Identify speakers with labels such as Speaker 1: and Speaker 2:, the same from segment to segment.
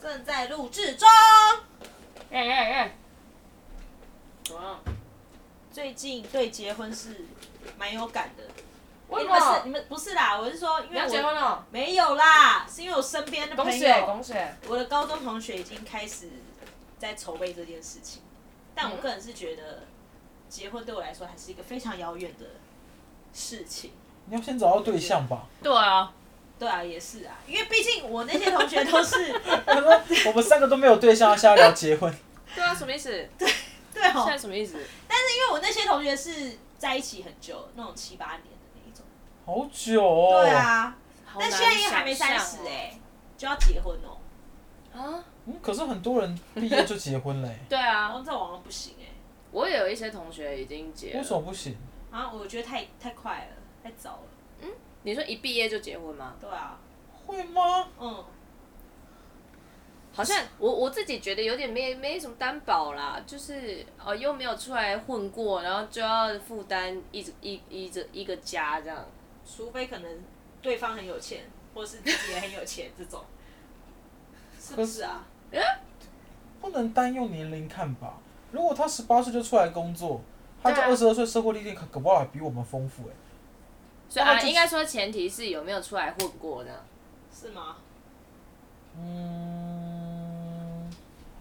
Speaker 1: 正在录制中。
Speaker 2: 哎哎哎！怎么？
Speaker 1: 最近对结婚是蛮有感的。
Speaker 2: 为
Speaker 1: 你
Speaker 2: 什
Speaker 1: 们是
Speaker 2: 么
Speaker 1: 你？们不是啦，我是说，因
Speaker 2: 你
Speaker 1: 为
Speaker 2: 要结婚
Speaker 1: 我
Speaker 2: 了？
Speaker 1: 没有啦，是因为我身边的
Speaker 2: 恭
Speaker 1: 朋
Speaker 2: 喜
Speaker 1: 友，
Speaker 2: 恭喜！
Speaker 1: 我的高中同学已经开始在筹备这件事情。但我
Speaker 2: 嗯
Speaker 1: 个人是觉得，结婚对我来说还是一个非常遥远的事情。
Speaker 3: 你要先找到对象吧。
Speaker 2: 对啊，
Speaker 1: 对啊，也是啊，因为毕竟我那些同学都 是
Speaker 3: 我们三个都没有对象，现在聊结婚，
Speaker 2: 对啊，什么意思？现
Speaker 1: 对哦，
Speaker 2: 在什么意思？
Speaker 1: 因为我那些同学是在一起很久，那种七八年的那一种。
Speaker 3: 好久、哦。
Speaker 1: 对。啊，
Speaker 2: 好
Speaker 1: 但
Speaker 2: 难
Speaker 1: 现在也还没
Speaker 2: 想
Speaker 1: 三
Speaker 2: 象
Speaker 1: 十
Speaker 2: 哦！
Speaker 1: 哎，就要结婚哦。
Speaker 2: 啊，
Speaker 3: 嗯，可是很多人毕业就结婚嘞、
Speaker 2: 对
Speaker 1: 然后
Speaker 2: 啊，
Speaker 1: 在网上不行哎、
Speaker 2: 我也有一些同学已经结
Speaker 3: 为什么
Speaker 2: 了。
Speaker 3: 不行？
Speaker 1: 啊，我觉得太太快了，太早了。
Speaker 2: 你说一毕业就结婚吗？
Speaker 1: 对啊，
Speaker 3: 会吗？
Speaker 1: 嗯，
Speaker 2: 好像我我自己觉得有点没没什么担保啦，就是哦又没有出来混过，然后就要负担一直一一着一个家这样。
Speaker 1: 除非可能对方很有钱，或是自己也很有钱这种，是不是啊？
Speaker 3: 不能单用年龄看吧。如果他十八岁就出来工作，他就
Speaker 2: 对啊
Speaker 3: 二十二岁，社会历练可搞不好还比我们丰富哎、
Speaker 2: 所以
Speaker 1: 哦
Speaker 3: 那
Speaker 2: 啊，
Speaker 3: 就是
Speaker 2: 应该说前提是有没有出来混过呢？
Speaker 1: 是吗？
Speaker 3: 嗯，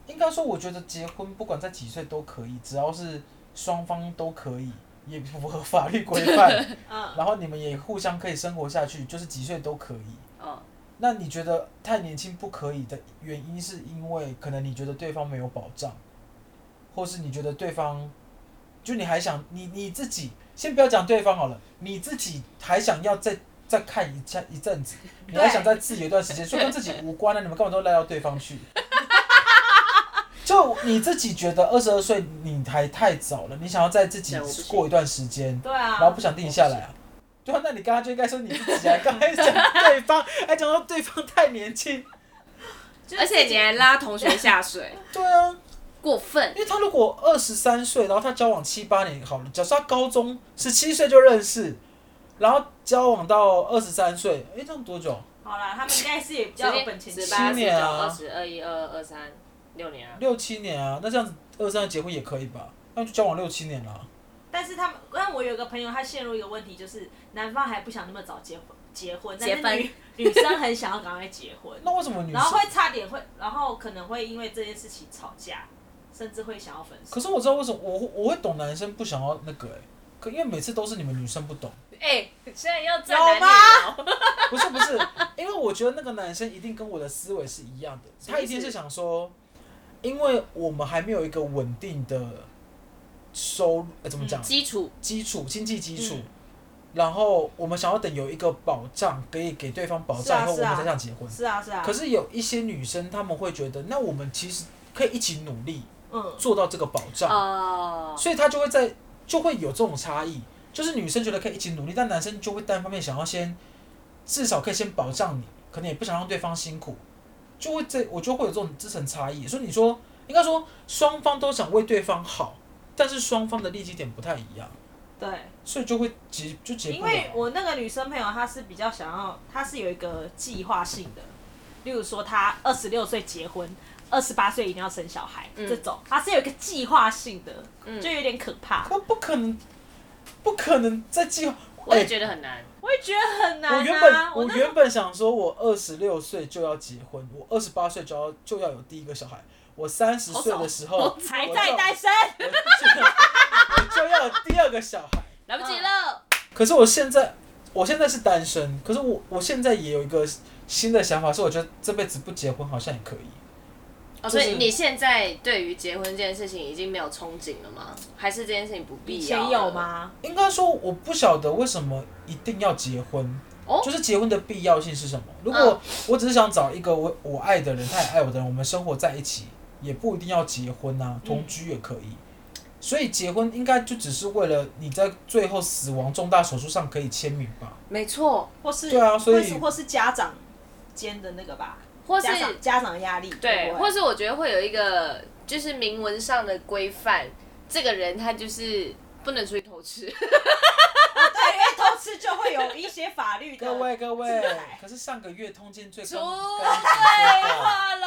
Speaker 3: 应该说，我觉得结婚不管在几岁都可以，只要是双方都可以，也符合法律规 范，
Speaker 1: 嗯，
Speaker 3: 然后你们也互相可以生活下去，就是几岁都可以。
Speaker 2: 哦，
Speaker 3: 那你觉得太年轻不可以的原因，是因为可能你觉得对方没有保障，或是你觉得对方，就你还想你你自己，先不要讲对方好了，你自己还想要再再看一下一阵子，你还想再自己一段时间，就跟自己无关了、你们根本都赖到对方去。就你自己觉得二十二岁你还太早了，你想要在自己
Speaker 2: 对我不行
Speaker 3: 过一段时间，
Speaker 1: 对啊。
Speaker 3: 然后不想定下来啊。对啊，那你刚刚就应该说你自己啊，刚才讲对方，还讲到对方太年轻。
Speaker 1: 就是
Speaker 2: 而
Speaker 1: 自己，
Speaker 2: 且你还拉同学下 水，
Speaker 3: 对啊，
Speaker 2: 过分
Speaker 3: 因。为他如果二十三岁，然后他交往七八年好了，假设他高中十七岁就认识，然后交往到二十三岁，哎，这样多久？
Speaker 1: 好啦，他们应该是也比较有本钱
Speaker 2: 十
Speaker 1: 期
Speaker 2: 八、
Speaker 3: 七
Speaker 2: 十
Speaker 3: 年
Speaker 2: 九、
Speaker 3: 啊
Speaker 2: 二十二、一二、二三，六年啊。
Speaker 3: 六七年啊，那这样子二十三结婚也可以吧？那就交往六七年了啊。
Speaker 1: 但是他们，但我有个朋友，他陷入一个问题，就是男方还不想那么早结婚，结婚，但
Speaker 2: 结
Speaker 1: 是
Speaker 2: 婚
Speaker 1: 女女生很想要赶快结婚，
Speaker 3: 那为什么女
Speaker 1: 然
Speaker 3: 生？
Speaker 1: 后会差点会，然后可能会因为这件事情吵架，甚至会想要分手。
Speaker 3: 可是我知道为什么我会我会懂男生不想要那个哎、可因为每次都是你们女生不懂。
Speaker 2: 哎、现在要站
Speaker 1: 有
Speaker 2: 男女吗？
Speaker 3: 不是不是，因为我觉得那个男生一定跟我的思维是一样的，
Speaker 2: 什么
Speaker 3: 他
Speaker 2: 意
Speaker 3: 一
Speaker 2: 思
Speaker 3: 定是想说，因为我们还没有一个稳定的收入，呃、怎么讲、
Speaker 2: 基础
Speaker 3: 基础经济基础，
Speaker 1: 嗯
Speaker 3: 然后我们想要等有一个保障，可以给对方保
Speaker 1: 是啊
Speaker 3: 障以后，我
Speaker 1: 是啊
Speaker 3: 们才想结婚。
Speaker 1: 是啊，是啊。
Speaker 3: 可是有一些女生，她们会觉得，那我们其实可以一起努力
Speaker 1: 嗯，
Speaker 3: 做到这个保障，
Speaker 2: 哦，
Speaker 3: 所以她就会在就会有这种差异，就是女生觉得可以一起努力，但男生就会单方面想要先至少可以先保障你，可能也不想让对方辛苦，就会这我就会有这种自层差异。所以你说应该说双方都想为对方好，但是双方的利基点不太一样，
Speaker 1: 对，
Speaker 3: 所以就会结就结
Speaker 1: 因
Speaker 3: 不了
Speaker 1: 为。我那个女生朋友，她是比较想要，她是有一个计划性的，例如说她二十六岁结婚，二十八岁一定要生小孩、
Speaker 2: 嗯
Speaker 1: 这种，她是有一个计划性的，
Speaker 2: 嗯
Speaker 1: 就
Speaker 3: 哎
Speaker 1: 有点可怕。
Speaker 3: 可不可能，不可能在计划。
Speaker 2: 我也
Speaker 3: 哎
Speaker 2: 觉得很难。
Speaker 1: 我也觉得很难、啊。
Speaker 3: 我原本
Speaker 1: 我
Speaker 3: 我
Speaker 1: 那
Speaker 3: 原本想说，我二十六岁就要结婚，我二十八岁就要就要有第一个小孩，我三十岁的时候
Speaker 2: 好早好
Speaker 3: 我
Speaker 1: 还
Speaker 3: 就
Speaker 1: 在单身，
Speaker 3: 我就我就要有第二个小孩。
Speaker 2: 来不及
Speaker 1: 嗯
Speaker 2: 了，
Speaker 3: 可是我现在，我现在是单身，可是我我现在也有一个新的想法，是我觉得这辈子不结婚好像也可以。
Speaker 2: 哦，所
Speaker 3: 就
Speaker 2: 以
Speaker 3: 是
Speaker 2: 你现在对于结婚这件事情已经没有憧憬了吗？还是这件事情不
Speaker 1: 以
Speaker 2: 必要？
Speaker 1: 前有？吗？
Speaker 3: 应该说，我不晓得为什么一定要结婚，
Speaker 2: 哦
Speaker 3: 就是结婚的必要性是什么。如果我只是想找一个我我爱的人，他也爱我的人，我们生活在一起，也不一定要结婚啊，同居也可以。所以结婚应该就只是为了你在最后死亡重大手术上可以签名吧？
Speaker 2: 没错，
Speaker 1: 或是
Speaker 3: 对啊所以
Speaker 1: 或是或是家长间的那个吧，
Speaker 2: 或是
Speaker 1: 家长家长压力
Speaker 2: 对，
Speaker 1: 会不会
Speaker 2: 或是我觉得会有一个就是明文上的规范，这个人他就是不能出去偷吃。
Speaker 1: 对，因为偷吃就会有一些法 律的。
Speaker 3: 各位各位
Speaker 1: 制裁，
Speaker 3: 可是上个月通奸罪
Speaker 2: 出
Speaker 3: 刚刚
Speaker 2: 废
Speaker 3: 刚举报
Speaker 2: 话喽！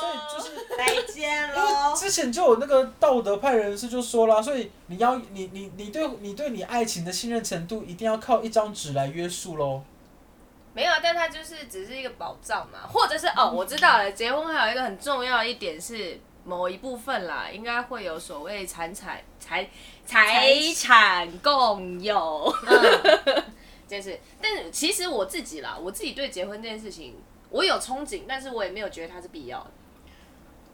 Speaker 3: 所以就是
Speaker 1: 再见
Speaker 3: 因为
Speaker 1: 喽。
Speaker 3: 之前就有那个道德派人士就说啦，所以你要你你你对你对你爱情的信任程度一定要靠一张纸来约束喽。
Speaker 2: 没有啊，但它就是只是一个保障嘛，或者是哦，
Speaker 3: 嗯
Speaker 2: 我知道了，结婚还有一个很重要的一点是某一部分啦，应该会有所谓财产财财产共有
Speaker 3: 嗯
Speaker 2: 这件事。但是其实我自己啦，我自己对结婚这件事情，我有憧憬，但是我也没有觉得它是必要的。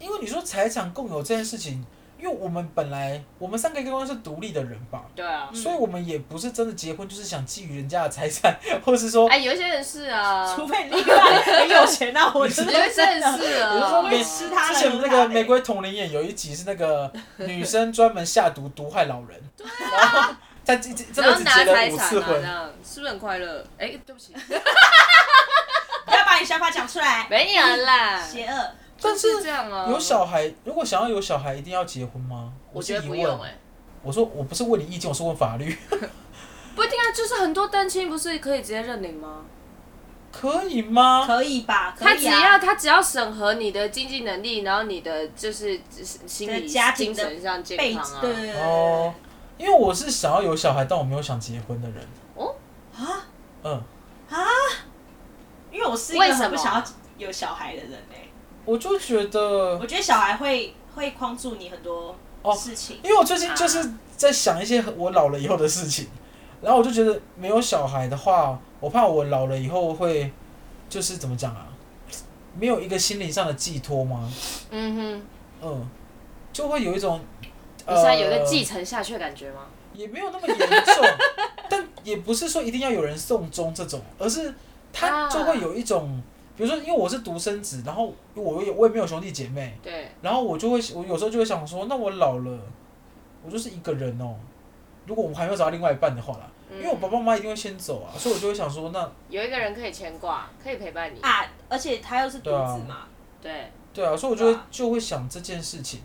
Speaker 3: 因为你说财产共有这件事情，因为我们本来我们三个应该是独立的人吧，
Speaker 2: 对啊，
Speaker 1: 嗯
Speaker 3: 所以我们也不是真的结婚就是想觊觎人家的财产，或是说
Speaker 2: 哎，有一些人是啊，
Speaker 1: 除非你另外很有钱，那我真
Speaker 2: 有
Speaker 1: 的
Speaker 2: 一些
Speaker 1: 真
Speaker 2: 人
Speaker 1: 的
Speaker 2: 是
Speaker 3: 比如
Speaker 2: 啊
Speaker 3: 说，
Speaker 1: 我也吃他
Speaker 3: 之
Speaker 1: 了
Speaker 3: 前
Speaker 1: 很
Speaker 3: 那
Speaker 1: 大
Speaker 3: 个《
Speaker 1: 嘞
Speaker 3: 玫瑰同林演》有一集是那个女生专门下毒毒害老人，对 啊，她真真
Speaker 2: 然
Speaker 3: 的
Speaker 2: 后
Speaker 3: 只
Speaker 2: 拿
Speaker 3: 结了
Speaker 2: 财
Speaker 3: 五
Speaker 2: 产
Speaker 3: 次
Speaker 2: 啊，这
Speaker 3: 婚，
Speaker 2: 样是不是很快乐？哎、对不 起，
Speaker 1: 不要把你想法讲出来，
Speaker 2: 没有啦，
Speaker 1: 邪恶。
Speaker 3: 但
Speaker 2: 就是这样啊，
Speaker 3: 有小孩，如果想要有小孩，一定要结婚吗？
Speaker 2: 我
Speaker 3: 是
Speaker 2: 觉得
Speaker 3: 疑
Speaker 2: 不
Speaker 3: 问
Speaker 2: 用哎、
Speaker 3: 我说我不是问你意见，我是问法 律，
Speaker 2: 不一定啊，就是很多单亲不是可以直接认领吗？
Speaker 3: 可以吗？
Speaker 1: 可以吧？可
Speaker 2: 他只
Speaker 1: 以
Speaker 2: 要
Speaker 1: 啊。
Speaker 2: 他只要审核你的经济能力，然后你的就是心理、
Speaker 1: 对家庭
Speaker 2: 精
Speaker 1: 的
Speaker 2: 神上健
Speaker 1: 背
Speaker 2: 康啊。
Speaker 1: 对对对
Speaker 3: 哦，因为我是想要有小孩，但我没有想结婚的人。
Speaker 2: 哦，
Speaker 1: 啊
Speaker 3: 嗯，
Speaker 1: 啊！因为我是一
Speaker 2: 为
Speaker 1: 个
Speaker 2: 什么
Speaker 1: 很不想要有小孩的人哎，
Speaker 3: 我就觉得
Speaker 1: 我觉得小孩会会框住你很多
Speaker 3: 哦
Speaker 1: 事情。
Speaker 3: 因为我最近就是在想一些我老了以后的事情，然后我就觉得没有小孩的话，我怕我老了以后会就是怎么讲啊，没有一个心灵上的寄托吗？
Speaker 2: 嗯哼，
Speaker 3: 嗯，就会有一种，
Speaker 2: 你
Speaker 3: 呃，
Speaker 2: 现在啊有一个继承下去的感觉吗？
Speaker 3: 也没有那么严重， 但也不是说一定要有人送终这种，而是他就会有一种，比如说因为我是独生子，然后我也我也没有兄弟姐妹，
Speaker 2: 对，
Speaker 3: 然后我就会，我有时候就会想说，那我老了，我就是一个人哦。如果我还没有找到另外一半的话啦，
Speaker 2: 嗯
Speaker 3: 因为我爸爸妈妈一定会先走啊，所以我就会想说，那
Speaker 2: 有一个人可以牵挂，可以陪伴你。
Speaker 1: 啊，而且他又是独子
Speaker 3: 啊
Speaker 1: 嘛，
Speaker 2: 对，
Speaker 3: 对啊，所以我就会
Speaker 1: 啊
Speaker 3: 就会想这件事情。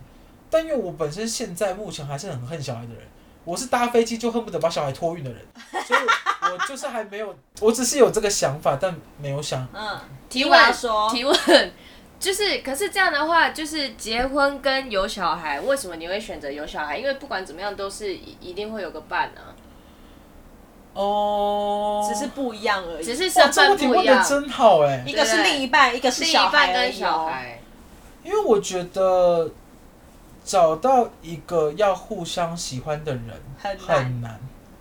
Speaker 3: 但因为我本身现在目前还是很恨小孩的人，我是搭飞机就恨不得把小孩托运的人，所以我我就是还没有，我只是有这个想法，但没有想
Speaker 1: 嗯，
Speaker 2: 提
Speaker 1: 你把
Speaker 2: 问
Speaker 1: 它说
Speaker 2: 提问。就是，可是这样的话，就是结婚跟有小孩，为什么你会选择有小孩？因为不管怎么样，都是一一定会有个伴啊，
Speaker 3: 哦。
Speaker 1: 只是不一样而已。
Speaker 2: 只是
Speaker 3: 哇，
Speaker 2: 身
Speaker 3: 这个
Speaker 2: 份
Speaker 3: 问题
Speaker 2: 不一
Speaker 3: 问
Speaker 2: 样
Speaker 3: 的。真好哎、
Speaker 1: 一个是另一半，一个是
Speaker 2: 另
Speaker 1: 小
Speaker 2: 一半
Speaker 1: 孩而
Speaker 2: 跟
Speaker 1: 已
Speaker 2: 小
Speaker 1: 哦。
Speaker 2: 孩，
Speaker 3: 因为我觉得找到一个要互相喜欢的人
Speaker 1: 很难
Speaker 3: 很难，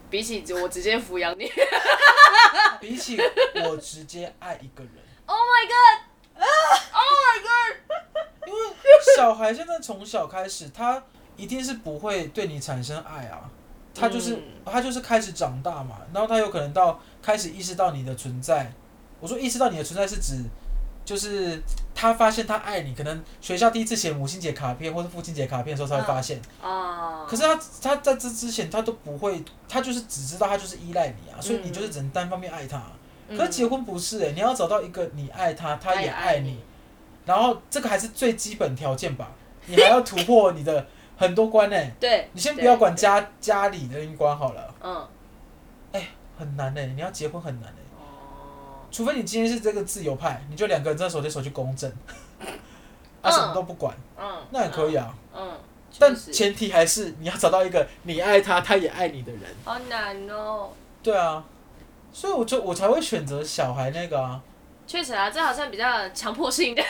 Speaker 2: 比起我直接抚养你
Speaker 3: 比起我直接爱一个人，
Speaker 2: ，Oh my god，
Speaker 3: 因为 小孩现在从小开始，他一定是不会对你产生爱啊，他就是、
Speaker 2: 嗯
Speaker 3: 他就是开始长大嘛，然后他有可能到开始意识到你的存在。我说意识到你的存在是指。就是他发现他爱你，可能学校第一次写母亲节卡片或者父亲节卡片的时候才会发现，
Speaker 2: 啊！
Speaker 3: 可是他他在这之前他都不会，他就是只知道他就是依赖你啊，所以你就是只能单方面爱他。
Speaker 2: 嗯
Speaker 3: 可是结婚不是哎、你要找到一个你爱他，他也爱你，，然后这个还是最基本条件吧，你还要突破你的很多关哎、
Speaker 2: 对，
Speaker 3: 你先不要管
Speaker 2: 对，
Speaker 3: 家家里的那一关好了，
Speaker 2: 对嗯，
Speaker 3: 很难哎、你要结婚很难哎、
Speaker 2: 哦，
Speaker 3: 除非你今天是这个自由派，你就两个人在手牵手去公证，啊
Speaker 2: 嗯
Speaker 3: 什么都不管，
Speaker 2: 嗯，
Speaker 3: 那也可以啊，
Speaker 2: 嗯，
Speaker 3: 但
Speaker 2: 确实
Speaker 3: 前提还是你要找到一个你爱他，他也爱你的人。
Speaker 2: 好难哦，
Speaker 3: 对啊，所以我就我才会选择小孩那个啊。
Speaker 2: 确实啊，这好像比较强迫性的，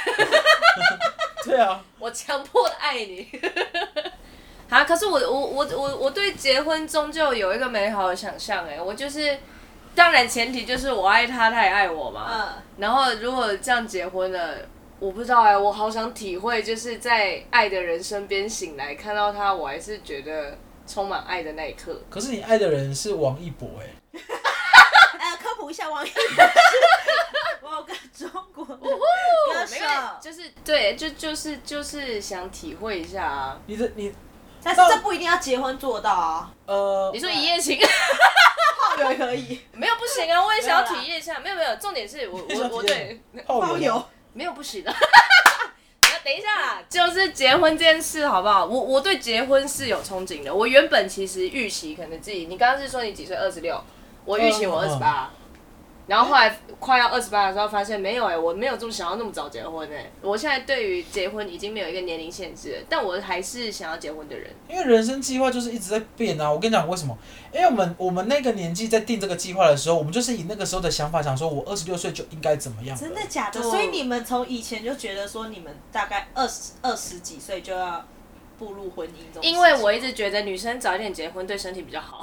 Speaker 3: 对啊，
Speaker 2: 我强迫的爱你。 啊！可是我我我我我对结婚终究有一个美好的想象哎，我就是，当然前提就是我爱他，他也爱我嘛。
Speaker 1: 嗯，
Speaker 2: 然后如果这样结婚了，我不知道哎、我好想体会，就是在爱的人身边醒来，看到他，我还是觉得充满爱的那一刻。
Speaker 3: 可是你爱的人是王一博哎、
Speaker 1: 呃，科普一 下网友，我有个中国歌手
Speaker 2: 哦没有，就是对，就就是就是想体会一下 啊。
Speaker 3: 你的你
Speaker 1: 但是这不一定要结婚做到啊，
Speaker 3: 呃
Speaker 2: 你，说一夜情，
Speaker 1: 炮友也可以，
Speaker 2: 没哦有不行啊，我也想要
Speaker 1: 没有啦
Speaker 2: 体验一下。没有没有，重点是我
Speaker 3: 你啊想
Speaker 2: 我我
Speaker 3: 体验
Speaker 2: 对
Speaker 3: 炮
Speaker 1: 炮
Speaker 3: 友
Speaker 1: 友，
Speaker 2: 没有不行啊的。那等一下啦，就是结婚这件事好不好？我我对结婚是有憧憬的。我原本其实预期可能自己，你刚刚是说你几岁？二十六，我预期我
Speaker 3: 嗯
Speaker 2: 二
Speaker 3: 嗯
Speaker 2: 十八。然后后来快要二十八的时候，发现没有哎、我没有这么想要那么早结婚哎、我现在对于结婚已经没有一个年龄限制了，但我还是想要结婚的人。
Speaker 3: 因为人生计划就是一直在变啊。我跟你讲为什么？因为我们我们那个年纪在定这个计划的时候，我们就是以那个时候的想法想说，我二十六岁就应该怎么样了。
Speaker 1: 真的假的？
Speaker 2: 就
Speaker 1: 所以你们从以前就觉得说，你们大概二十二十几岁就要步入婚姻中，
Speaker 2: 因为我一直觉得女生早一点结婚对身体比较好。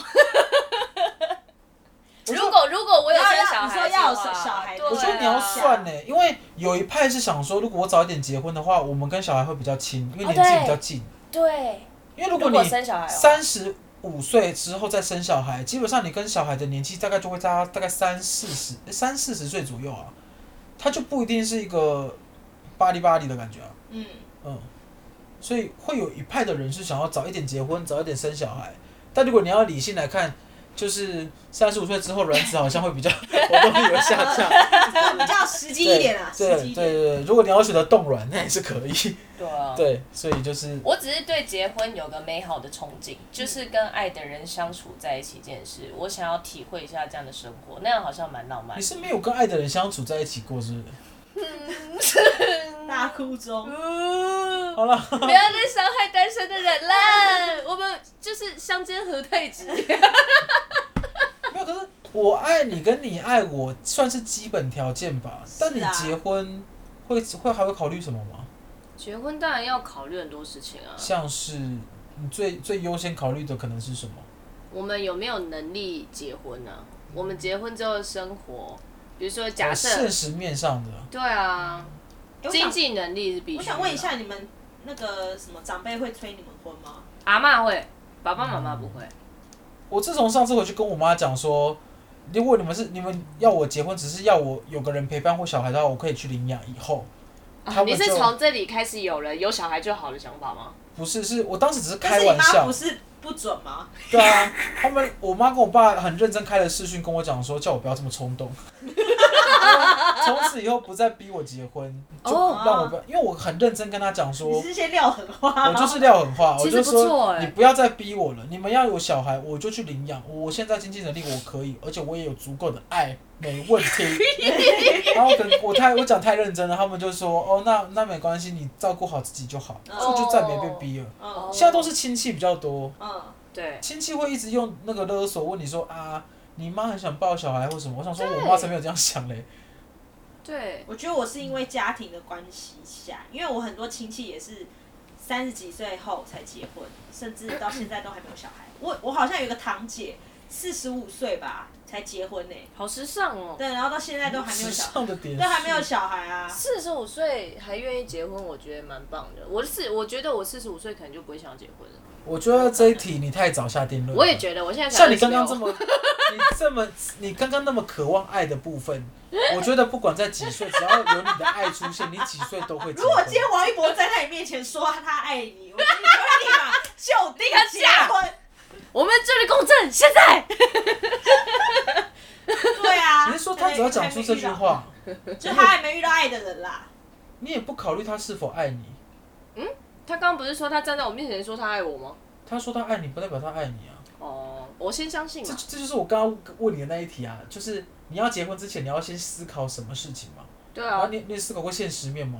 Speaker 2: 如果如果我有生小孩的话，
Speaker 1: 你说要有小孩
Speaker 2: 对啊
Speaker 3: 我觉得你要算呢、因为有一派是想说，如果我早一点结婚的话，我们跟小孩会比较亲，因
Speaker 2: 哦
Speaker 3: 为年纪
Speaker 2: 对
Speaker 3: 比较近。
Speaker 2: 对，
Speaker 3: 因为如
Speaker 2: 如
Speaker 3: 果
Speaker 2: 果
Speaker 3: 你
Speaker 2: 生小孩哦的话，
Speaker 3: 三十五岁之后再生小孩，基本上你跟小孩的年纪大概就会差大概三四十、三四十岁左右啊，他就不一定是一个巴里巴里的感觉啊，
Speaker 1: 嗯，
Speaker 3: 嗯，所以会有一派的人是想要早一点结婚，早一点生小孩，但如果你要理性来看。就是三十五岁之后，卵子好像会比较 活动率会下 降。
Speaker 1: 嗯比较实际一点啊，实
Speaker 3: 对
Speaker 1: 际
Speaker 3: 对
Speaker 1: 一
Speaker 3: 对
Speaker 1: 点。
Speaker 3: 对，如果你要选择冻卵，那也是可以。
Speaker 2: 对啊。
Speaker 3: 对，所以就是
Speaker 2: 我只是对结婚有个美好的憧憬，就是跟爱的人相处在一起这件事，我想要体会一下这样的生活，那样好像蛮浪漫
Speaker 3: 你。是没有跟爱的人相处在一起过，是不是？
Speaker 1: 大哭中，
Speaker 2: 嗯
Speaker 3: 好了，
Speaker 2: 不要再伤害单身的人啦！我们就是相煎何太急。
Speaker 3: 没有，可是我爱你跟你爱我算是基本条件吧。但你
Speaker 1: 是啊
Speaker 3: 结婚会会还会考虑什么吗？
Speaker 2: 结婚当然要考虑很多事情啊，
Speaker 3: 像是你最最优先考虑的可能是什么？
Speaker 2: 我们有没有能力结婚呢、我们结婚之后的生活，比如说假设
Speaker 3: 现，实面上的，
Speaker 2: 对啊，
Speaker 1: 诶我
Speaker 2: 经
Speaker 1: 想
Speaker 2: 济能力是必须的。
Speaker 1: 我想问一下，你们那个什么长辈会催你们婚吗？
Speaker 2: 阿嬷会，爸爸妈妈不会。
Speaker 3: 我自从上次回去跟我妈讲说，如果你们是你们要我结婚，只是要我有个人陪伴或小孩的话，我可以去领养。以后
Speaker 2: 啊
Speaker 3: 他们
Speaker 2: 你是
Speaker 3: 就
Speaker 2: 从这里开始有了有小孩就好的想法吗？
Speaker 3: 不是是我当时只是
Speaker 1: 但
Speaker 3: 开
Speaker 1: 是你
Speaker 3: 玩
Speaker 1: 妈
Speaker 3: 笑
Speaker 1: 不，是不准吗？
Speaker 3: 对啊，他们我妈跟我爸很认真开了视讯跟我讲说，叫我不要这么冲动，啊从此以后不再逼我结婚，就
Speaker 2: 哦
Speaker 3: 让我不要，因为我很认真跟他讲
Speaker 1: 你
Speaker 3: 说，
Speaker 1: 是先撂狠话
Speaker 3: 我
Speaker 1: 吗？
Speaker 3: 就是撂狠话，我
Speaker 2: 其实
Speaker 3: 就
Speaker 2: 不错
Speaker 3: 说
Speaker 2: 欸
Speaker 3: 你不要再逼我了，你们要有小孩我就去领养，我现在经济能力我可以，而且我也有足够的爱，没问题。 然后可能我太我讲太认真了，他们就说哦那那没关系，你照顾好自己就好，所以就再没被逼了。
Speaker 1: 嗯
Speaker 3: 现在都是亲戚比较多。
Speaker 1: 嗯，
Speaker 2: 对，
Speaker 3: 亲戚会一直用那个勒索问你说啊，你妈很想抱小孩或什么？我想说，我妈才没有这样想嘞。
Speaker 2: 对，
Speaker 1: 我觉得我是因为家庭的关系下，因为我很多亲戚也是三十几岁后才结婚，甚至到现在都还没有小孩。我我好像有一个堂姐，四十五岁吧才结婚呢、
Speaker 2: 好时尚哦。
Speaker 1: 对，然后到现在都还没有
Speaker 3: 时
Speaker 1: 小孩，
Speaker 3: 尚的点
Speaker 1: 都还没有小孩啊。
Speaker 2: 四十五岁还愿意结婚，我觉得蛮棒的。我是我觉得我四十五岁可能就不会想要结婚了。
Speaker 3: 我觉得这一题你太早下定论了。
Speaker 2: 我也觉得，我现在才
Speaker 3: 啊像你
Speaker 2: 26
Speaker 3: 刚刚这么，你这么， 你刚刚那么渴望爱的部分，我觉得不管在几岁，只要有你的爱出现，你几岁都会结
Speaker 1: 如果
Speaker 3: 婚。
Speaker 1: 今天王一博站在你面前说他爱你，我觉得你就会立马就地结婚。
Speaker 2: 我们这里公证，现在
Speaker 1: 对啊，
Speaker 3: 你是说他只要讲出这句
Speaker 2: 哎
Speaker 3: 话，
Speaker 1: 就他还没遇到爱的人啦。
Speaker 3: 你也不考虑他是否爱你？
Speaker 2: 他刚刚不是说他站在我面前说他爱我吗？
Speaker 3: 他说他爱你，不代表他爱你啊。
Speaker 2: 哦，我先相信
Speaker 3: 这
Speaker 2: 嘛。
Speaker 3: 这就是我刚刚问你的那一题啊，就是你要结婚之前，你要先思考什么事情嘛？
Speaker 2: 对
Speaker 3: 然后
Speaker 2: 啊，
Speaker 3: 你你有思考过现实面吗？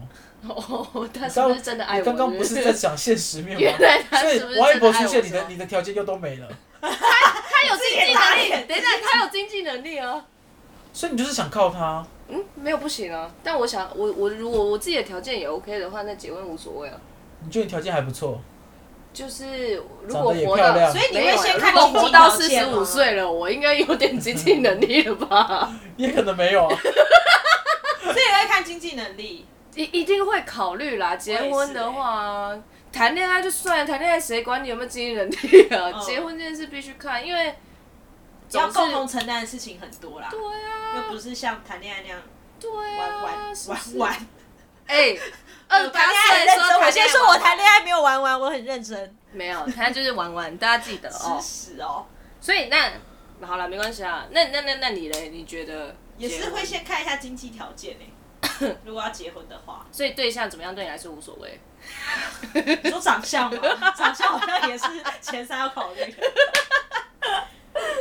Speaker 2: 哦，他
Speaker 3: 你
Speaker 2: 是不是真的爱我？
Speaker 3: 刚刚不是在讲现实面吗
Speaker 2: 原？来他
Speaker 3: 所
Speaker 2: 是
Speaker 3: 以
Speaker 2: 不是
Speaker 3: 王一
Speaker 2: 真的
Speaker 3: 博
Speaker 2: 爱
Speaker 3: 出
Speaker 2: 我？
Speaker 3: 现，你
Speaker 2: 是
Speaker 3: 的
Speaker 2: 吗
Speaker 3: 你的条件又都没了，
Speaker 2: 他有经
Speaker 1: 自己
Speaker 2: 济
Speaker 1: 打
Speaker 2: 能力，
Speaker 1: 脸
Speaker 2: 等一下他有经济能力啊。
Speaker 3: 所以你就是想靠他。
Speaker 2: 嗯，没有不行啊。但我想，我我如果我自己的条件也 OK 的话，那结婚无所谓啊。
Speaker 3: 你觉得你条件还不错，
Speaker 2: 就是如
Speaker 3: 长
Speaker 2: 果
Speaker 3: 得也
Speaker 2: 活
Speaker 3: 漂
Speaker 2: 到，
Speaker 3: 亮，
Speaker 1: 所以你
Speaker 2: 没有
Speaker 1: 会先看
Speaker 2: 如果
Speaker 1: 经济
Speaker 2: 活到
Speaker 1: 条
Speaker 2: 四
Speaker 1: 件
Speaker 2: 十
Speaker 1: 吗
Speaker 2: 五岁了，我应该有点经济能力了吧？
Speaker 3: 也可能没有啊。
Speaker 1: 所以会看经济能力。
Speaker 2: 一一定会考虑啦，结婚的话，谈恋爱就算了，谈恋爱谁管你有没有经济能力啊？
Speaker 1: 嗯
Speaker 2: 结婚这件事必须看，因为总
Speaker 1: 要
Speaker 2: 是
Speaker 1: 共同承担的事情很多啦，
Speaker 2: 对
Speaker 1: 又
Speaker 2: 啊
Speaker 1: 不，是像谈恋爱那样
Speaker 2: 对
Speaker 1: 玩
Speaker 2: 啊，
Speaker 1: 玩
Speaker 2: 是不是
Speaker 1: 玩。玩。
Speaker 2: 哎，二十八
Speaker 1: 谈恋爱
Speaker 2: 岁
Speaker 1: 很
Speaker 2: 的
Speaker 1: 认
Speaker 2: 时候
Speaker 1: 真，我先说我谈
Speaker 2: 爱
Speaker 1: 恋爱没有玩玩，我很认真，
Speaker 2: 玩没有，他就是玩玩，大家记得哦
Speaker 1: 吃。屎哦，
Speaker 2: 所以那好了，没关系啊。那那那那你嘞？你觉得
Speaker 1: 也
Speaker 2: 结
Speaker 1: 是
Speaker 2: 婚
Speaker 1: 会？先看一下经济条件诶、 如果要结婚的话，
Speaker 2: 所以对象怎么样对你来说无所谓。
Speaker 1: 你 说长相吗？长相好像也是前三要考虑的。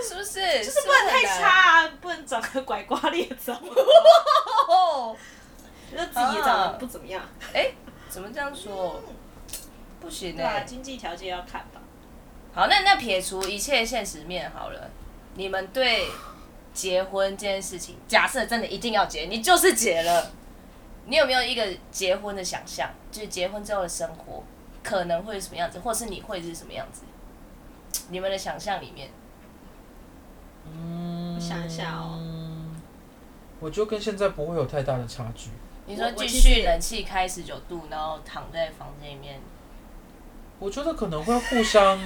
Speaker 2: 是不是？
Speaker 1: 就是不能太
Speaker 2: 很难
Speaker 1: 差啊，不能长得拐瓜裂 枣，
Speaker 2: 哦。
Speaker 1: 那自己也长得不怎么样。
Speaker 2: 哎，怎么这样说？不行
Speaker 1: 对
Speaker 2: 哎、
Speaker 1: 啊，经济条件要看吧。
Speaker 2: 好，那那撇除一切现实面好了，你们对结婚这件事情，假设真的一定要结，你就是结了，你有没有一个结婚的想象？就是结婚之后的生活可能会是什么样子，或是你会是什么样子？你们的想象里面，
Speaker 3: 嗯，
Speaker 1: 我想一下哦
Speaker 3: 嗯，我就跟现在不会有太大的差距。
Speaker 2: 你说
Speaker 1: 我
Speaker 2: 继
Speaker 1: 其实
Speaker 2: 续
Speaker 1: 也
Speaker 2: 冷气开十九度，然后躺在房间里面，
Speaker 3: 我觉得可能会互相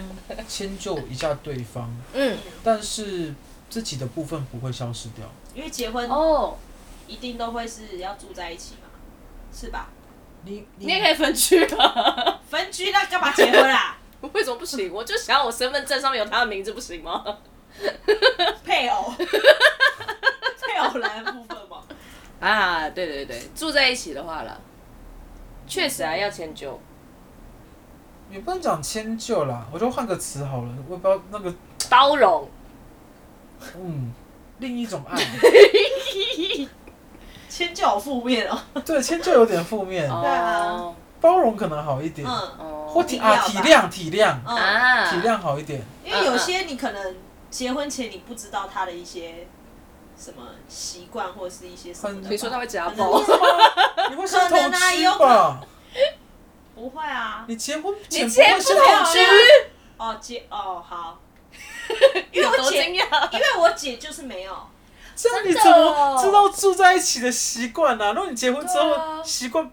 Speaker 3: 迁就一下对 方，
Speaker 2: 嗯，
Speaker 3: 但是自己的部分不会消失掉。
Speaker 1: 因为结婚
Speaker 2: 哦，
Speaker 1: 一定都会是要住在一起嘛，是吧？
Speaker 3: 你
Speaker 2: 你也可以分居啊，
Speaker 1: 分居那干嘛结婚啊？
Speaker 2: 为什么不行？我就想要我身份证上面有他的名字，不行吗？
Speaker 1: 配偶， 配偶栏部分嘛。
Speaker 2: 啊，对对对，住在一起的话了，确实啊要迁就。
Speaker 3: 也不能讲迁就啦，我就换个词好了。我也不知道那个
Speaker 2: 包容，
Speaker 3: 嗯，另一种 爱，
Speaker 1: 迁就好负面哦。
Speaker 3: 对迁就有点负面，
Speaker 1: 对啊
Speaker 3: 包容可能好一点，
Speaker 1: 嗯
Speaker 2: 哦
Speaker 3: 或体
Speaker 1: 体谅
Speaker 3: 啊
Speaker 1: 吧
Speaker 3: 体谅体谅
Speaker 1: 嗯，
Speaker 2: 啊，
Speaker 3: 体谅好一点。
Speaker 1: 因为有些你可能结婚前你不知道他的一些什么习惯或是一些什么的吧。
Speaker 3: 很
Speaker 2: 嗯你说他会家
Speaker 1: 可能
Speaker 2: 暴
Speaker 1: 就是
Speaker 3: 你会先同
Speaker 1: 可能啊也
Speaker 3: 居
Speaker 1: 有可
Speaker 3: 吧？
Speaker 1: 不会啊。
Speaker 3: 你结婚前
Speaker 2: 你
Speaker 3: 不啊
Speaker 2: 结
Speaker 3: 会
Speaker 2: 不啊
Speaker 3: 先
Speaker 2: 同
Speaker 3: 同
Speaker 2: 居
Speaker 3: 居？，
Speaker 1: 哦，结哦好，因为
Speaker 2: 有
Speaker 1: 我
Speaker 2: 多
Speaker 1: 姐，
Speaker 2: 惊
Speaker 1: 因
Speaker 2: 讶？
Speaker 1: 为我姐就是没有。
Speaker 3: 这样你
Speaker 2: 真
Speaker 3: 怎
Speaker 2: 的
Speaker 3: 么
Speaker 2: 哦
Speaker 3: 知道住在一起的习惯啊呢？如果你结婚之
Speaker 2: 对
Speaker 3: 后
Speaker 2: 啊
Speaker 3: 习惯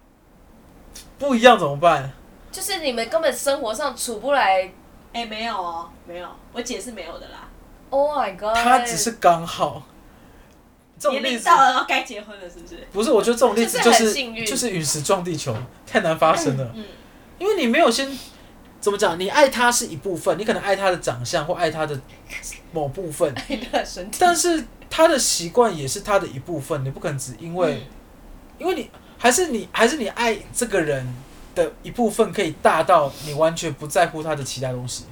Speaker 3: 不一样怎么办？
Speaker 2: 就是你们根本生活上处不来。
Speaker 1: 哎、没有哦，没有，我姐是没有的啦。
Speaker 2: Oh my god！
Speaker 3: 他 只是刚好。这种
Speaker 1: 年
Speaker 3: 例
Speaker 1: 龄
Speaker 3: 子
Speaker 1: 到了，然后该结婚了，是不是？
Speaker 3: 不是，我觉得这种例子就
Speaker 2: 就是很
Speaker 3: 是
Speaker 2: 幸运
Speaker 3: 就是陨石撞地球，太难发生了。
Speaker 1: 嗯，
Speaker 3: 因为你没有先怎么讲，你爱他是一部分，你可能爱他的长相或爱他的某部分，
Speaker 2: 一个身体，
Speaker 3: 但是他的习惯也是他的一部分，你不可能只因为、因为你还是你还是你爱这个人的一部分可以大到你完全不在乎他的其他东西，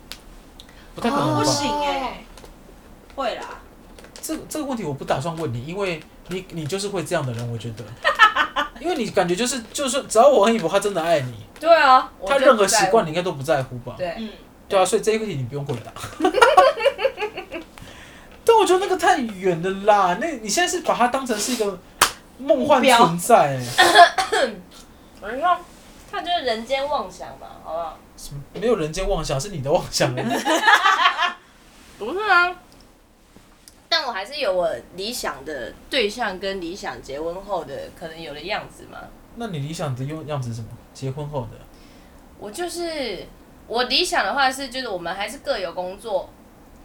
Speaker 3: 不太可
Speaker 1: 哦
Speaker 3: 能吧？
Speaker 1: 不行
Speaker 2: 欸
Speaker 1: 哎嗯会啦。
Speaker 3: 这这个问题我不打算问你，因为你你就是会这样的人，我觉 得，因为你感觉就是就是只要我和一博他真的爱你，
Speaker 2: 对啊，我
Speaker 3: 他
Speaker 2: 就
Speaker 3: 任何
Speaker 2: 不在乎
Speaker 3: 习惯你应该都不在乎吧？
Speaker 2: 对，
Speaker 1: 嗯，
Speaker 3: 对啊，所以这一个问题你不用回答。 但我觉得那个太远了啦，那你现在是把它当成是一个梦幻
Speaker 1: 目标
Speaker 3: 存在、欸，
Speaker 2: 我就说他就是人间妄想嘛，好不好？
Speaker 3: 什么没有人间妄想是你的妄想而已
Speaker 2: 不是啊，但我还是有我理想的对象跟理想结婚后的可能有的样子嘛。
Speaker 3: 那你理想的样样子是什么？结婚后的，
Speaker 2: 我就是我理想的话是，就是我们还是各有工作，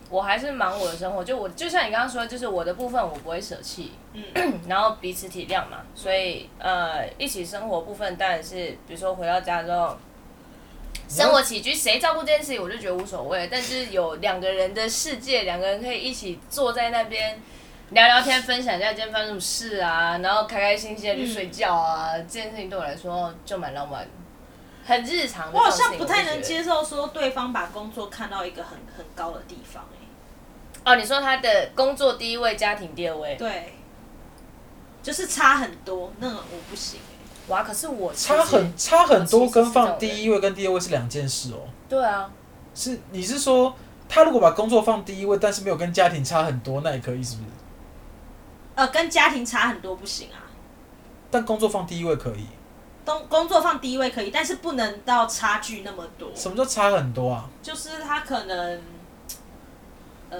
Speaker 2: 我还是忙我的生活。就我就像你刚刚说，就是我的部分我不会舍弃，嗯，然后彼此体谅嘛。所以呃，一起生活部分当然是，比如说回到家之后。
Speaker 3: 嗯
Speaker 2: 生活起居谁照顾这件事情，我就觉得无所谓。但是有两个人的世界，两个人可以一起坐在那边聊聊天，分享一下今天发生什么事啊，然后开开心心的去睡觉啊，这件事情对我来说就蛮浪漫的，很日常的
Speaker 1: 我好
Speaker 2: 这种事情。
Speaker 1: 像不太能接
Speaker 2: 受
Speaker 1: 受说对方把工作看到一个很很高的地方、欸，
Speaker 2: 哦。你说他的工作第一位，家庭第二位，
Speaker 1: 对，就是差很多，那个我不行、欸。
Speaker 2: 哇！可是我其实
Speaker 3: 差很差很多，跟放
Speaker 2: 我其实是这种人
Speaker 3: 第一位跟第二位是两件事哦、
Speaker 2: 对啊，
Speaker 3: 是你是说他如果把工作放第一位，但是没有跟家庭差很多，那也可以是不是？
Speaker 1: 呃，跟家庭差很多不行啊。
Speaker 3: 但工作放第一位可以。
Speaker 1: 工工作放第一位可以，但是不能到差距那么多。
Speaker 3: 什么叫差很多啊？
Speaker 1: 就是他可能，呃，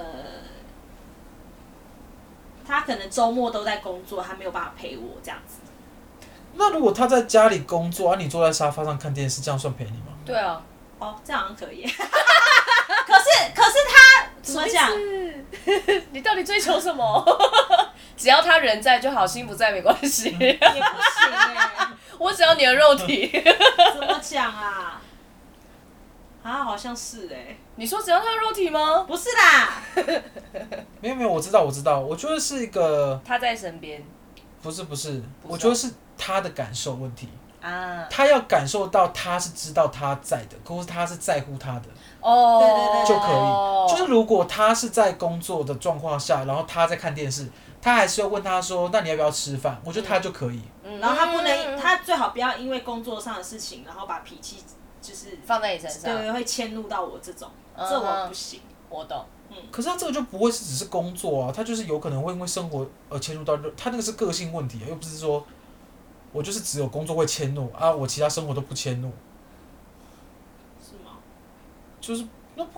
Speaker 1: 他可能周末都在工作，他没有办法陪我这样子。
Speaker 3: 那如果他在家里工作，啊而、你坐在沙发上看电视，这样算陪你吗？
Speaker 2: 对啊，
Speaker 1: 哦，这样好像可以。 可是，可是他怎么讲？
Speaker 2: 你到底追求什么？ 只要他人在就好，心不在没关系。
Speaker 3: 嗯
Speaker 1: 也不行哎、
Speaker 2: 我只要你的肉体。
Speaker 1: 怎么讲啊？啊，好像是哎、
Speaker 2: 你说只要他的肉体吗？
Speaker 1: 不是啦，
Speaker 3: 没有没有，我知道我知道，我觉得是一个
Speaker 2: 他在身边
Speaker 3: 不是不是，
Speaker 2: 不是
Speaker 3: 我觉得是他的感受问题。
Speaker 2: 啊啊，
Speaker 3: 他要感受到他是知道他在的，或是他是在乎他的
Speaker 2: 哦，
Speaker 1: 对对对
Speaker 3: 就可以。就是如果他是在工作的状况下，然后他在看电视，他还是要问他说：“那你要不要吃饭？”我觉得他就可以。
Speaker 2: 嗯
Speaker 1: 然后他不能，
Speaker 2: 嗯
Speaker 1: 他最好不要因为工作上的事情，然后把脾气就是
Speaker 2: 嗯放在你身上，
Speaker 1: 对会迁怒到我这种，
Speaker 2: 嗯
Speaker 1: 这我不行。
Speaker 2: 我懂。
Speaker 3: 可是他这个就不会是只是工作啊，他就是有可能会因为生活而迁入到热他那个是个性问题啊，又不是说我就是只有工作会迁怒啊，我其他生活都不迁怒，
Speaker 1: 是吗？
Speaker 3: 就是那不